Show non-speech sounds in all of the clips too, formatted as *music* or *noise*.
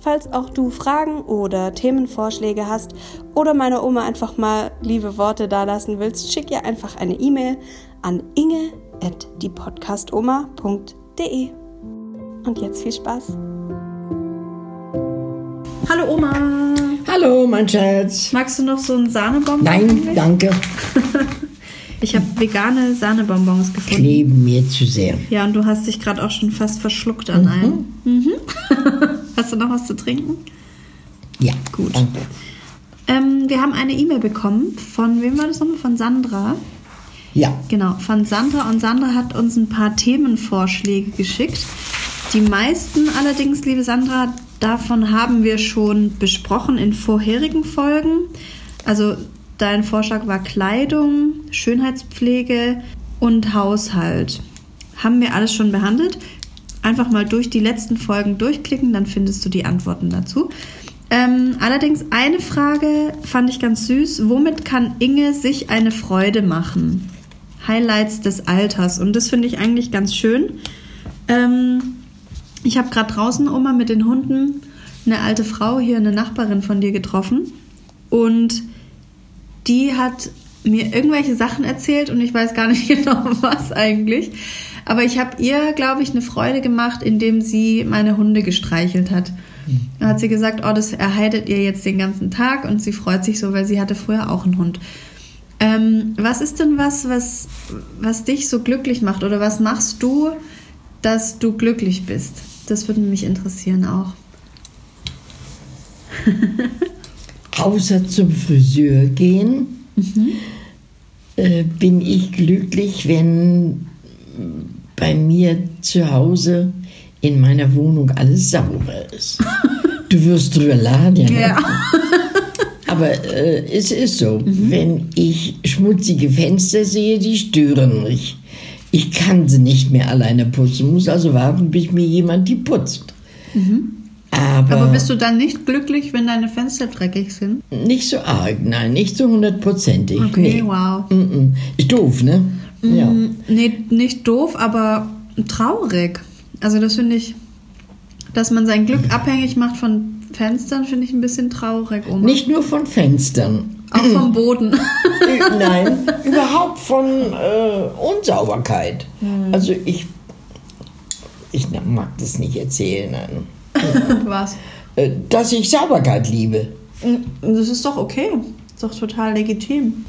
Falls auch du Fragen oder Themenvorschläge hast oder meiner Oma einfach mal liebe Worte dalassen willst, schick ihr einfach eine E-Mail an inge.diepodcastoma.de. E. Und jetzt viel Spaß. Hallo Oma. Hallo, mein Schatz. Magst du noch so einen Sahnebonbon? Nein, eigentlich? danke. Ich habe vegane Sahnebonbons gefunden. Kleben mir zu sehr. Ja, und du hast dich gerade auch schon fast verschluckt an einem. Mhm. *laughs* hast du noch was zu trinken? Ja, gut. Danke. Ähm, wir haben eine E-Mail bekommen von, wem war das nochmal? Von Sandra. Ja, Genau, von Sandra. Und Sandra hat uns ein paar Themenvorschläge geschickt. Die meisten allerdings, liebe Sandra, davon haben wir schon besprochen in vorherigen Folgen. Also dein Vorschlag war Kleidung, Schönheitspflege und Haushalt. Haben wir alles schon behandelt? Einfach mal durch die letzten Folgen durchklicken, dann findest du die Antworten dazu. Ähm, allerdings eine Frage fand ich ganz süß. Womit kann Inge sich eine Freude machen? Highlights des Alters. Und das finde ich eigentlich ganz schön. Ähm, ich habe gerade draußen, Oma, mit den Hunden eine alte Frau, hier eine Nachbarin von dir getroffen. Und die hat mir irgendwelche Sachen erzählt und ich weiß gar nicht *laughs* genau, was eigentlich. Aber ich habe ihr, glaube ich, eine Freude gemacht, indem sie meine Hunde gestreichelt hat. Da hat sie gesagt, oh, das erheidet ihr jetzt den ganzen Tag und sie freut sich so, weil sie hatte früher auch einen Hund. Ähm, was ist denn was, was, was dich so glücklich macht oder was machst du, dass du glücklich bist? Das würde mich interessieren auch. außer zum Friseur gehen, äh, bin ich glücklich, wenn bei mir zu Hause in meiner Wohnung alles sauber ist. *laughs* Du wirst drüber lachen, ja. ne? Aber äh, es ist so, Mhm. wenn ich schmutzige Fenster sehe, die stören mich. Ich kann sie nicht mehr alleine putzen, muss also warten, bis mir jemand die putzt. Aber, *laughs* Mhm. Aber bist du dann nicht glücklich, wenn deine Fenster dreckig sind? nicht so arg, nein, nicht so hundertprozentig. Okay, nee. wow. Mm-mm. Ist doof, ne? Ja. Mm, Nee, nicht doof, aber traurig. Also das finde ich, dass man sein Glück abhängig macht von Fenstern, finde ich ein bisschen traurig, Oma. Nicht nur von *laughs* Fenstern. Auch vom Boden. Äh, nein, überhaupt von äh, Unsauberkeit. Mm. Also ich, ich mag das nicht erzählen. Nein. Was? Äh, Dass ich Sauberkeit liebe. Das ist doch okay. Ist doch total legitim.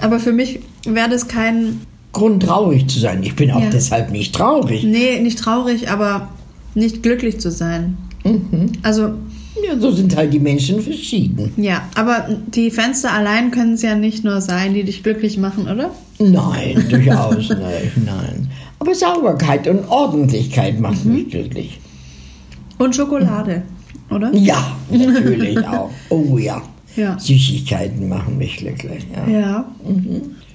Aber für mich wäre das kein, Grund traurig zu sein. Ich bin auch Ja. deshalb nicht traurig. nee, nicht traurig, aber nicht glücklich zu sein. Also, Ja, so sind halt die Menschen verschieden. ja, aber die Fenster allein können es ja nicht nur sein, die dich glücklich machen, oder? Nein, *laughs* durchaus nicht, nein. Aber Sauberkeit und Ordentlichkeit macht Mhm. mich glücklich. Und Schokolade, oder? Ja, *laughs* natürlich auch. Oh ja. Ja. Süßigkeiten machen mich glücklich. Ja. Ja.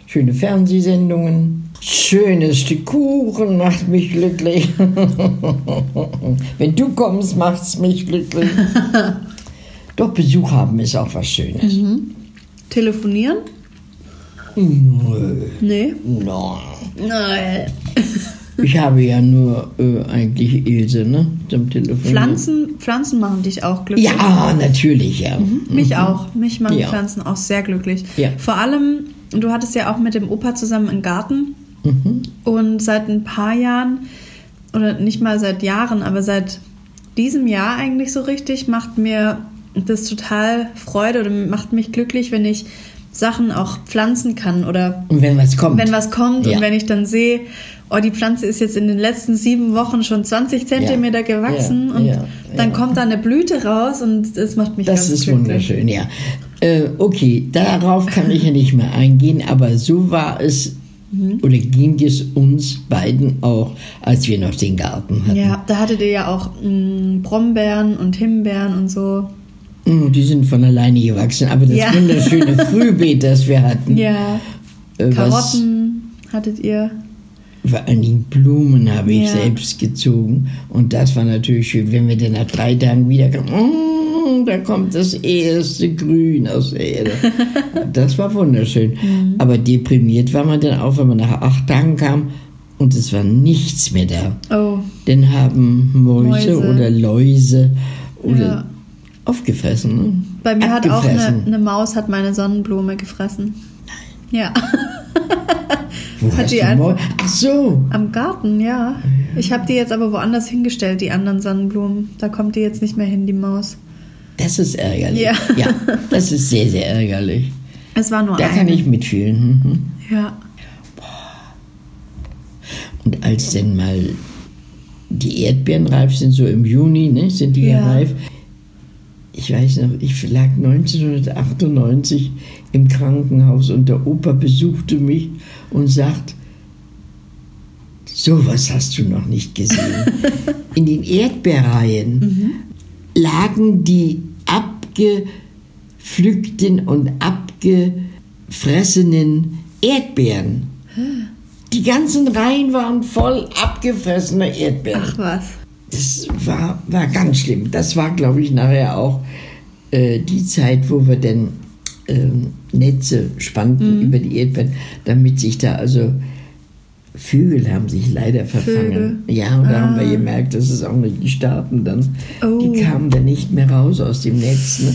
Schöne Fernsehsendungen. Schönes Stück Kuchen macht mich *laughs* glücklich. Wenn du kommst, macht's mich *laughs* glücklich. Doch Besuch haben ist auch was Schönes. Mhm. Telefonieren? Nö, Nee. Nein. Nein. Ich habe ja nur äh, eigentlich Ilse, ne? Zum Telefon. Pflanzen, Pflanzen machen dich auch glücklich. Ja, natürlich, ja. Mich auch. Mich machen Ja. Pflanzen auch sehr glücklich. Ja. Vor allem, du hattest ja auch mit dem Opa zusammen einen Garten. Mhm. Und seit ein paar Jahren, oder nicht mal seit Jahren, aber seit diesem Jahr eigentlich so richtig, macht mir das total Freude oder macht mich glücklich, wenn ich Sachen auch pflanzen kann oder Und wenn was kommt. wenn was kommt Ja. und wenn ich dann sehe, oh, die Pflanze ist jetzt in den letzten sieben Wochen schon 20 Zentimeter Ja. gewachsen Ja. und Ja. dann Ja. kommt da eine Blüte raus und das macht mich Das ganz ist glücklich. wunderschön, ja. Äh, okay, darauf kann ich ja nicht mehr eingehen, aber so war es Mhm. oder ging es uns beiden auch, als wir noch den Garten hatten. mm, Ja, da hattet ihr ja auch mh, Brombeeren und Himbeeren und so. Hm, Die sind von alleine gewachsen, aber das Ja. wunderschöne *laughs* Frühbeet, das wir hatten. Ja. äh, Karotten hattet ihr. Was, vor allen Dingen Blumen habe ich Ja. selbst gezogen. Und das war natürlich schön, wenn wir dann nach drei Tagen wiederkamen. Mm, da kommt das erste Grün aus der *laughs* Erde. das war wunderschön. Mhm. Aber deprimiert war man dann auch, wenn man nach acht Tagen kam und es war nichts mehr da. Oh, Dann haben Mäuse, Mäuse. oder Läuse oder Ja. aufgefressen. Ne? bei mir hat auch eine, Abgefressen. eine Maus hat meine Sonnenblume gefressen. Ja, *laughs* Wo Hat hast die du einfach- Mäu- Ach so. am Garten, ja. Ich habe die jetzt aber woanders hingestellt, die anderen Sonnenblumen. Da kommt die jetzt nicht mehr hin, die Maus. Das ist ärgerlich. Ja. ja, das ist sehr, sehr ärgerlich. Es war nur Da eine. kann ich mitfühlen. Mhm. Ja. Und als denn mal die Erdbeeren reif sind, so im Juni, ne, sind die ja. Ja. reif. Ich weiß noch, ich lag 1998 im Krankenhaus und der Opa besuchte mich und sagt, sowas hast du noch nicht gesehen. In den Erdbeereien lagen die abgepflückten und abgefressenen Erdbeeren. Die ganzen Reihen waren voll abgefressener Erdbeeren. Ach was. Das war, war ganz schlimm. Das war, glaube ich, nachher auch äh, die Zeit, wo wir denn ähm, Netze Mhm. spannten über die Erdbeeren, damit sich da also Vögel haben sich leider verfangen. Ja, und da haben wir gemerkt, dass es auch nicht die starben dann. Ah. Oh. Die kamen dann nicht mehr raus aus dem Netz. Ne?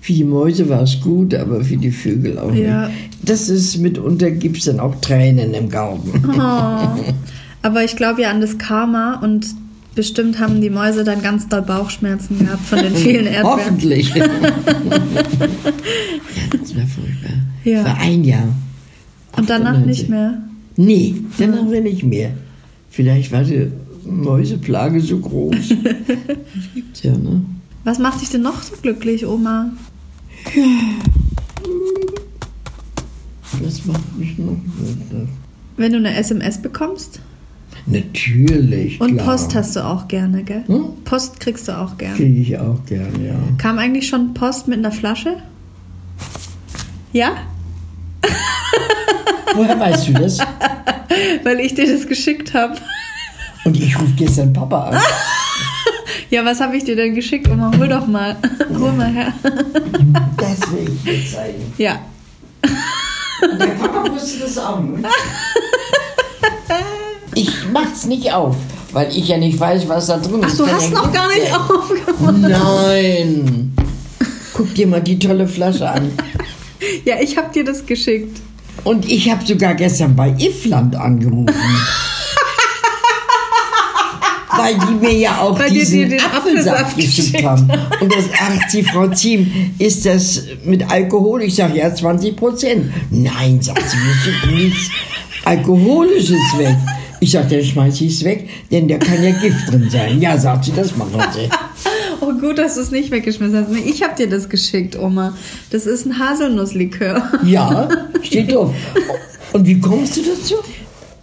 Für die Mäuse war es gut, aber für die Vögel auch Ja. nicht. Das ist mitunter gibt es dann auch Tränen im Gaumen. Oh. Aber ich glaube ja an das Karma und bestimmt haben die Mäuse dann ganz doll Bauchschmerzen gehabt von *laughs* den vielen Hm. Erdbeeren. *laughs* Hoffentlich. ja, das war furchtbar. Ja. War ein Jahr. Und danach 98. nicht mehr. Nee, danach wir nicht mehr. Vielleicht war die Mäuseplage so groß. *laughs* Das gibt's ja, ne? Was macht dich denn noch so glücklich, Oma? Das macht mich noch wütend. Wenn du eine SMS bekommst? Natürlich. Und klar. Post hast du auch gerne, gell? Hm? Post kriegst du auch gerne. Kriege ich auch gern, ja. Kam eigentlich schon Post mit einer Flasche? Ja? Woher weißt du das? Weil ich dir das geschickt habe. Und ich rufe gestern Papa *laughs* an. Ja, was habe ich dir denn geschickt, Oma? Hol doch mal. *laughs* Hol mal her. Das will ich dir zeigen. Ja. Der Papa wusste das auch nicht. Ich mach's nicht auf, weil ich ja nicht weiß, was da drin Ach, ist. du Wenn hast er noch guckt, gar nicht der- aufgemacht. Nein! Guck dir mal die tolle Flasche an. Ja, ich habe dir das geschickt. Und ich habe sogar gestern bei Ifland *laughs* angerufen. Weil die mir ja auch Weil die diesen dir den Apfelsaft Apfelsaft geschickt geschickt haben. Und das sagt die Frau Ziem, ist das mit Alkohol? Ich sage, ja, 20 Prozent. Nein, sagt sie, wir schicken nichts Alkoholisches weg. Ich sage, dann schmeiß ich es weg, denn da kann ja Gift drin sein. Ja, sagt sie, das machen wir. nicht. Oh, gut, dass du es nicht weggeschmissen hast. Nee, ich habe dir das geschickt, Oma. Das ist ein Haselnusslikör. *laughs* Ja, steht drauf. Und wie kommst du dazu?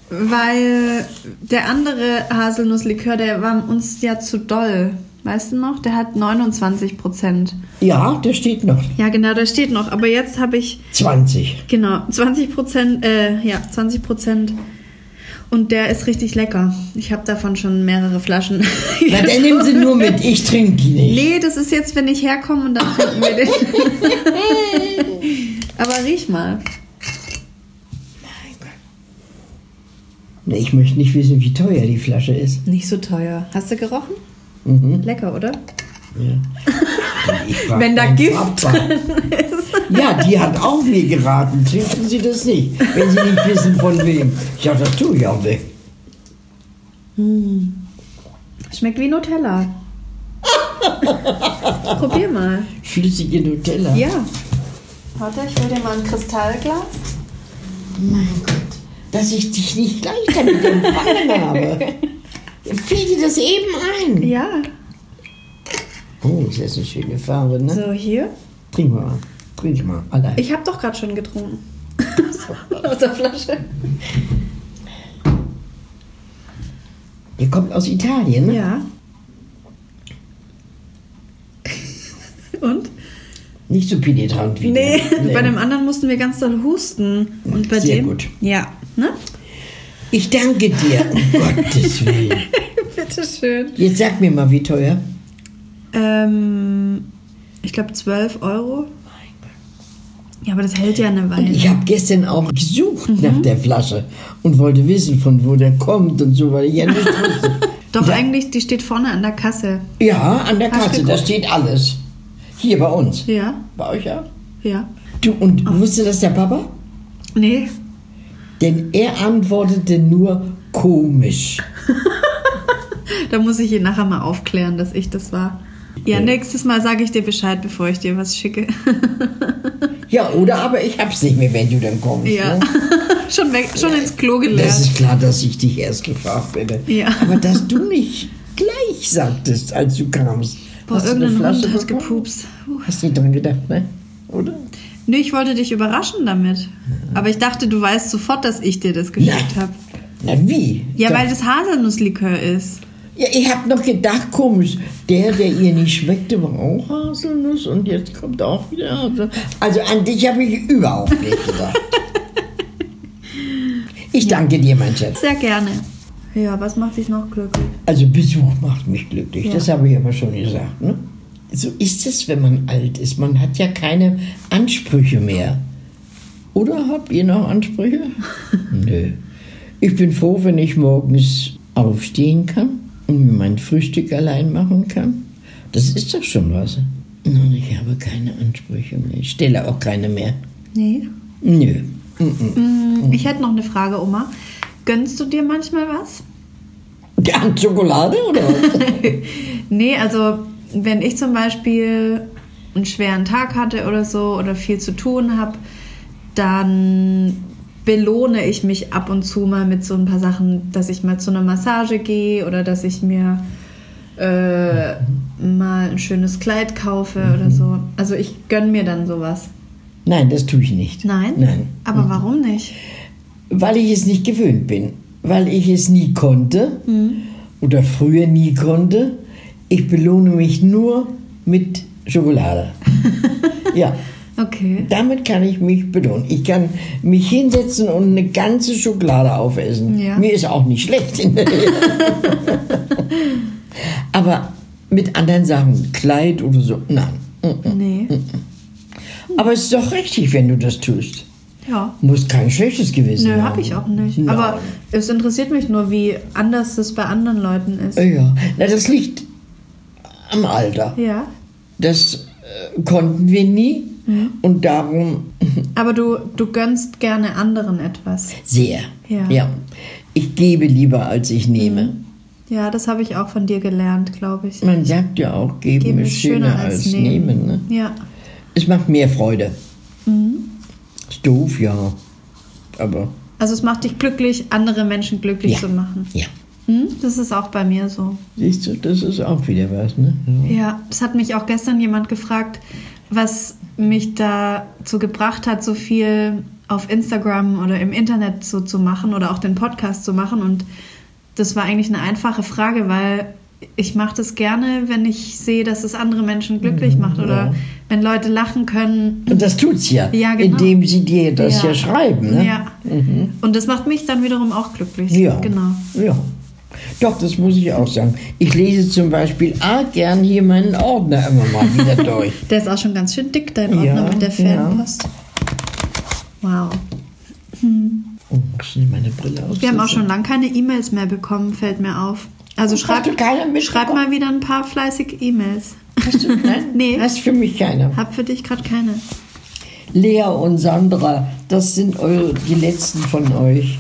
Weil der andere Haselnusslikör, der war uns ja zu doll. Weißt du noch? Der hat 29 Prozent. Ja, da steht noch Ja, genau, da steht noch. Aber jetzt habe ich, 20. genau, 20 Prozent, äh, ja, 20 Prozent. Und der ist richtig lecker. Ich habe davon schon mehrere Flaschen. *laughs* Na, dann nehmen sie nur mit, ich trinke die nicht. Nee, das ist jetzt, wenn ich herkomme und dann trinken wir *laughs* den. Aber riech mal. Nee, ich möchte nicht wissen, wie teuer die Flasche ist. Nicht so teuer. Hast du gerochen? Lecker, oder? Ich frag Wenn da meinen Gift Papa. Ja, die hat auch mir geraten, trinken Sie das nicht, wenn Sie nicht wissen, von wem. Ja, das tue ich auch weg. Schmeckt wie Nutella. Probier mal. Flüssige Nutella. Ja. Warte, ich hol dir mal ein Kristallglas. Mein Gott, dass ich dich nicht gleich damit empfangen habe. Fiel dir das eben ein? Ja. Oh, ist das eine schöne Farbe, ne? So, hier. Trink mal. Trink mal. Allein. Ich habe doch gerade schon getrunken. *laughs* Aus der Flasche. Ihr kommt aus Italien, ne? Ja. Und? Nicht so penetrant wie Nee, der. *laughs* bei dem anderen mussten wir ganz doll husten. Und bei Sehr dem. gut. Ja, ne? *laughs* Ich danke dir, um Gottes Willen. Bitteschön. Jetzt sag mir mal, wie teuer. Ähm, ich glaube 12 Euro. Ja, aber das hält ja eine Weile. Ich habe gestern auch gesucht Mhm. nach der Flasche und wollte wissen, von wo der kommt und so, weil ich ja nicht *laughs* wusste. Doch eigentlich, die steht vorne an der Kasse. Ja, an der Hast Kasse, da geguckt? steht alles. Hier bei uns. Ja, Bei euch ja. ja. Du, und wusste das der Papa? Nee, *laughs* Denn er antwortete nur komisch. da muss ich ihn nachher mal aufklären, dass ich das war. Ja, Ja. nächstes Mal sage ich dir Bescheid, bevor ich dir was schicke. *laughs* Ja, oder aber ich hab's nicht mehr, wenn du dann kommst. ja. Ne? schon weg, schon ins Klo Das geleert. ist klar, dass ich dich erst gefragt hätte. Ja. Aber dass du nicht gleich sagtest, als du kamst. Boah, Hast du eine irgendein Hund Flasche hat bekommen? gepupst. Uh. Hast nicht dran gedacht, ne? Oder? Nee, ich wollte dich überraschen damit. Aber ich dachte, du weißt sofort, dass ich dir das geschickt Na. habe. Na wie? Ja, Doch. weil das Haselnusslikör ist. ja, ich hab noch gedacht, komisch, der, der ihr nicht schmeckte, war auch Haselnuss und jetzt kommt auch wieder Haselnuss. Also an dich habe ich überhaupt nicht *laughs* gedacht. Ich danke dir, mein Schatz. Sehr gerne. Ja, was macht dich noch glücklich? Also Besuch macht mich glücklich, Ja. das habe ich aber schon gesagt. Ne? So ist es, wenn man alt ist. Man hat ja keine Ansprüche mehr. Oder habt ihr noch *laughs* Ansprüche? Nö. Ich bin froh, wenn ich morgens aufstehen kann und mir mein Frühstück allein machen kann. Das ist doch schon was. Nein, ich habe keine Ansprüche mehr. Ich stelle auch keine mehr. Nee. Nö. Mm, Ich hätte noch eine Frage, Oma. Gönnst du dir manchmal was? Ja, Schokolade oder was? *laughs* nee, also wenn ich zum Beispiel einen schweren Tag hatte oder so oder viel zu tun habe, dann belohne ich mich ab und zu mal mit so ein paar Sachen, dass ich mal zu einer Massage gehe oder dass ich mir äh, mal ein schönes Kleid kaufe oder so. Also ich gönne mir dann sowas. Nein, das tue ich nicht. Nein? Nein. Aber warum nicht? Weil ich es nicht gewöhnt bin, weil ich es nie konnte Hm. oder früher nie konnte. Ich belohne mich nur mit *laughs* Schokolade. ja, Okay. damit kann ich mich belohnen. Ich kann mich hinsetzen und eine ganze Schokolade aufessen. Ja. Mir ist auch nicht schlecht. *laughs* Aber mit anderen Sachen, Kleid oder so, nein. Nee. Aber es ist doch richtig, wenn du das tust. Ja. Muss kein schlechtes Gewissen Nö, haben. habe ich auch nicht. Nein. Aber es interessiert mich nur, wie anders das bei anderen Leuten ist. Ja, na, das liegt am Alter. Ja. Das äh, konnten wir nie und darum Aber du, du gönnst gerne anderen etwas. sehr. Ja. Ich gebe lieber, als ich nehme. Ja, das habe ich auch von dir gelernt, glaube ich. Man sagt ja auch, geben, Geben ist schöner, als, nehmen. ne? Ja. Es macht mehr Freude. Mhm. Ist doof, ja. Aber Also es macht dich glücklich, andere Menschen glücklich Ja. zu machen. ja. Hm? Das ist auch bei mir so. Siehst du, das ist auch wieder was, ne? Ja. Ja, das hat mich auch gestern jemand gefragt, was mich dazu gebracht hat, so viel auf Instagram oder im Internet so zu machen oder auch den Podcast zu machen. Und das war eigentlich eine einfache Frage, weil ich mache das gerne, wenn ich sehe, dass es andere Menschen Mhm, glücklich macht oder wenn Leute lachen können. Und das tut's ja, Ja, genau. indem sie dir das ja, schreiben, ne? Ja. Und das macht mich dann wiederum auch glücklich. Ja. Genau. Ja. Doch, das muss ich auch sagen. Ich lese zum Beispiel arg gern hier meinen Ordner immer mal wieder *laughs* durch. Der ist auch schon ganz schön dick, dein Ja, Ordner mit der ja. Fanpost. Wow. Oh, muss ich meine Brille aus? Wir haben auch schon lange keine E-Mails mehr bekommen, fällt mir auf. Also schreib, Hast du keine schreib mal wieder ein paar fleißig E-Mails. *laughs* Hast du nein? Nee. Hast für mich keine. Hab für dich gerade keine. Lea und Sandra, das sind eure, die letzten von *laughs* euch.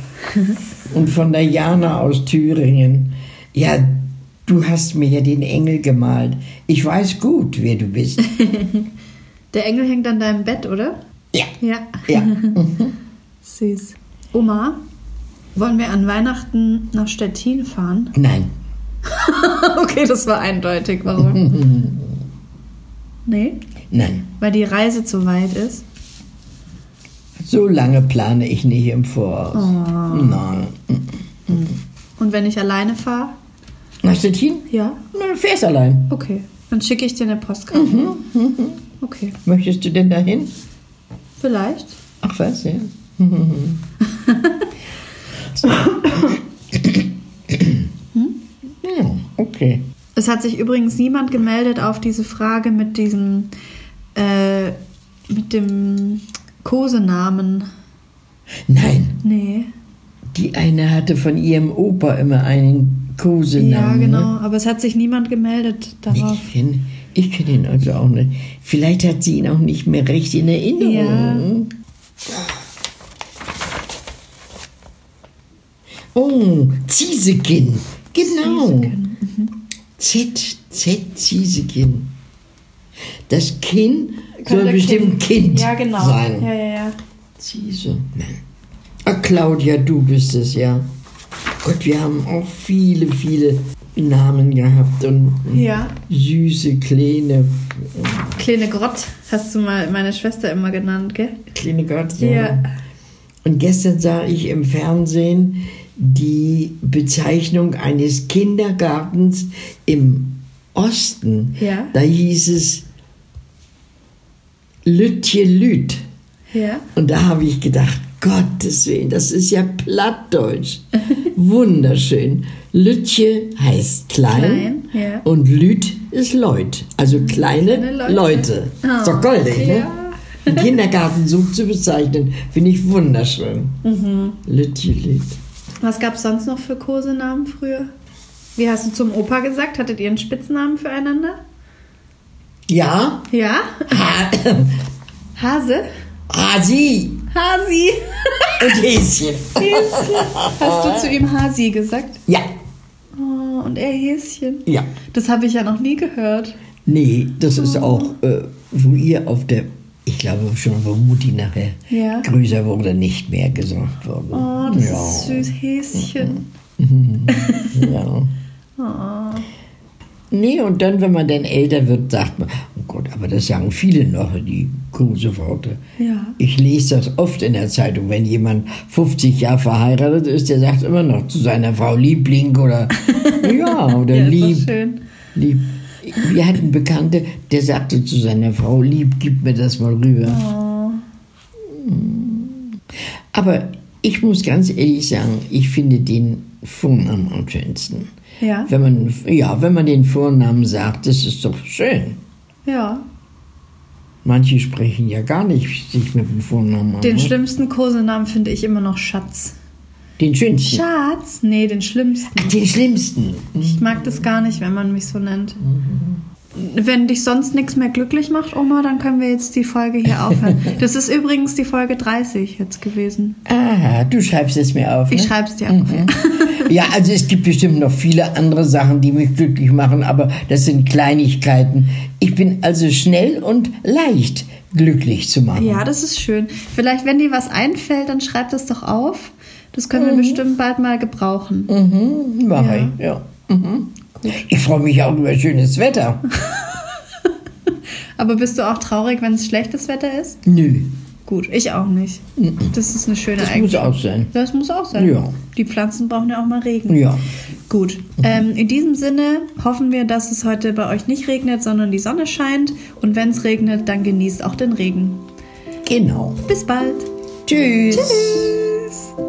Und von der Jana aus Thüringen. Ja, du hast mir ja den Engel gemalt. Ich weiß gut, wer du bist. Der Engel hängt an deinem Bett, oder? Ja. Ja. Ja. *laughs* Süß. Oma, wollen wir an Weihnachten nach Stettin fahren? *laughs* Nein. okay, das war eindeutig. Warum? *laughs* nee, Nein. weil die Reise zu weit ist. So lange plane ich nicht Oh. im Voraus. Nein. Und wenn ich alleine fahre? Nach Stettin? Ja, Na, du fährst allein. okay. Dann schicke ich dir eine Postkarte. Mhm, Okay, Möchtest du denn dahin? vielleicht. Ach was, *laughs* ja. ja, okay. Es hat sich übrigens niemand gemeldet auf diese Frage mit diesem, äh, mit dem Kosenamen. Nein, Nee. die eine hatte von ihrem Opa immer einen Kosenamen. ja, Ne? genau. Aber es hat sich niemand gemeldet darauf. Ich kenne ich kenn ihn also auch nicht. Vielleicht hat sie ihn auch nicht mehr recht in Erinnerung. Oh, Ziesekin. Genau. mhm. Z, Z, Ziesekin. Das Kinn Kann soll der bestimmt Kind Ja, genau. sein. Ja, ja, ja. Ziese. Nein. Ah, Claudia, du bist es, ja. Gott, wir haben auch viele, viele Namen gehabt und Ja. süße, kleine, Kleine Grott hast du mal meine Schwester immer genannt, gell? kleine Gott. Ja. Und gestern sah ich im Fernsehen die Bezeichnung eines Kindergartens im Osten. Ja. Da hieß es Lütje Lüt. Ja. Und da habe ich gedacht, Gottes Willen, das ist ja *laughs* Plattdeutsch. Wunderschön. Lütje heißt klein, Klein, ja. Mhm. und Lüt ist Leut, also kleine, Kleine Leute. Ah, Leute. Ist doch goldig, ne? Im Kindergarten so zu bezeichnen, finde ich wunderschön. Mhm. Lütje Lüt. Was gab es sonst noch für Kosenamen früher? Wie hast du zum Opa gesagt? Hattet ihr einen Spitznamen füreinander? Ja, Ja? Hase? *coughs* Hasi Hasi! *laughs* und Häschen. Hast Oh. du zu ihm Hasi gesagt? Ja, Oh, und er Häschen. ja. Das habe ich ja noch nie gehört. Nee, das Ah. ist auch, äh, wo ihr auf der, ich glaube schon, wo Mutti nachher Ja. größer wurde, nicht mehr gesagt wurde. Oh, das ja, Mhm. ist süß. Häschen. Ja. Nee, und dann, wenn man dann älter wird, sagt man, oh Gott, aber das sagen viele noch, die Koseworte. Ja. Ich lese das oft in der Zeitung, wenn jemand 50 Jahre verheiratet ist, der sagt immer noch zu seiner Frau Liebling *laughs* oder ja, oder Ja, ist doch Lieb. schön. Lieb. Wir hatten Bekannte, der sagte zu seiner Frau, lieb, gib mir das mal rüber. Oh. Mm. Aber ich muss ganz ehrlich sagen, ich finde den Vornamen am schönsten. Ja. Wenn man, ja, wenn man den Vornamen sagt, das ist doch schön. Ja. Manche sprechen ja gar nicht sich mit dem Vornamen an. Den ne? schlimmsten Kosenamen finde ich immer noch Schatz. den schönsten. Schatz? Nee, den schlimmsten. Ach, den schlimmsten. Ich mag das gar nicht, wenn man mich so nennt. Mhm. Wenn dich sonst nichts mehr glücklich macht, Oma, dann können wir jetzt die Folge hier aufhören. *laughs* Das ist übrigens die Folge 30 jetzt gewesen. Aha, du schreibst es mir auf. Ich ne? schreib's dir auf. Ja, also es gibt bestimmt noch viele andere Sachen, die mich glücklich machen, aber das sind Kleinigkeiten. Ich bin also schnell und leicht glücklich zu machen. Ja, das ist schön. Vielleicht, wenn dir was einfällt, dann schreib das doch auf. Das können wir bestimmt bald mal gebrauchen. Mhm, mach Ja. ich, ja. Mhm. Ich freue mich auch über schönes Wetter. Aber bist du auch traurig, wenn es schlechtes Wetter ist? Nö, Gut, ich auch nicht. Das ist eine schöne das muss Eigenschaft. auch sein. Das muss auch sein. Ja. Die Pflanzen brauchen ja auch mal Regen. Ja. Mhm. Gut. Ähm, in diesem Sinne hoffen wir, dass es heute bei euch nicht regnet, sondern die Sonne scheint. Und wenn es regnet, dann genießt auch den Regen. Genau. Bis bald. Tschüss. Tschüss.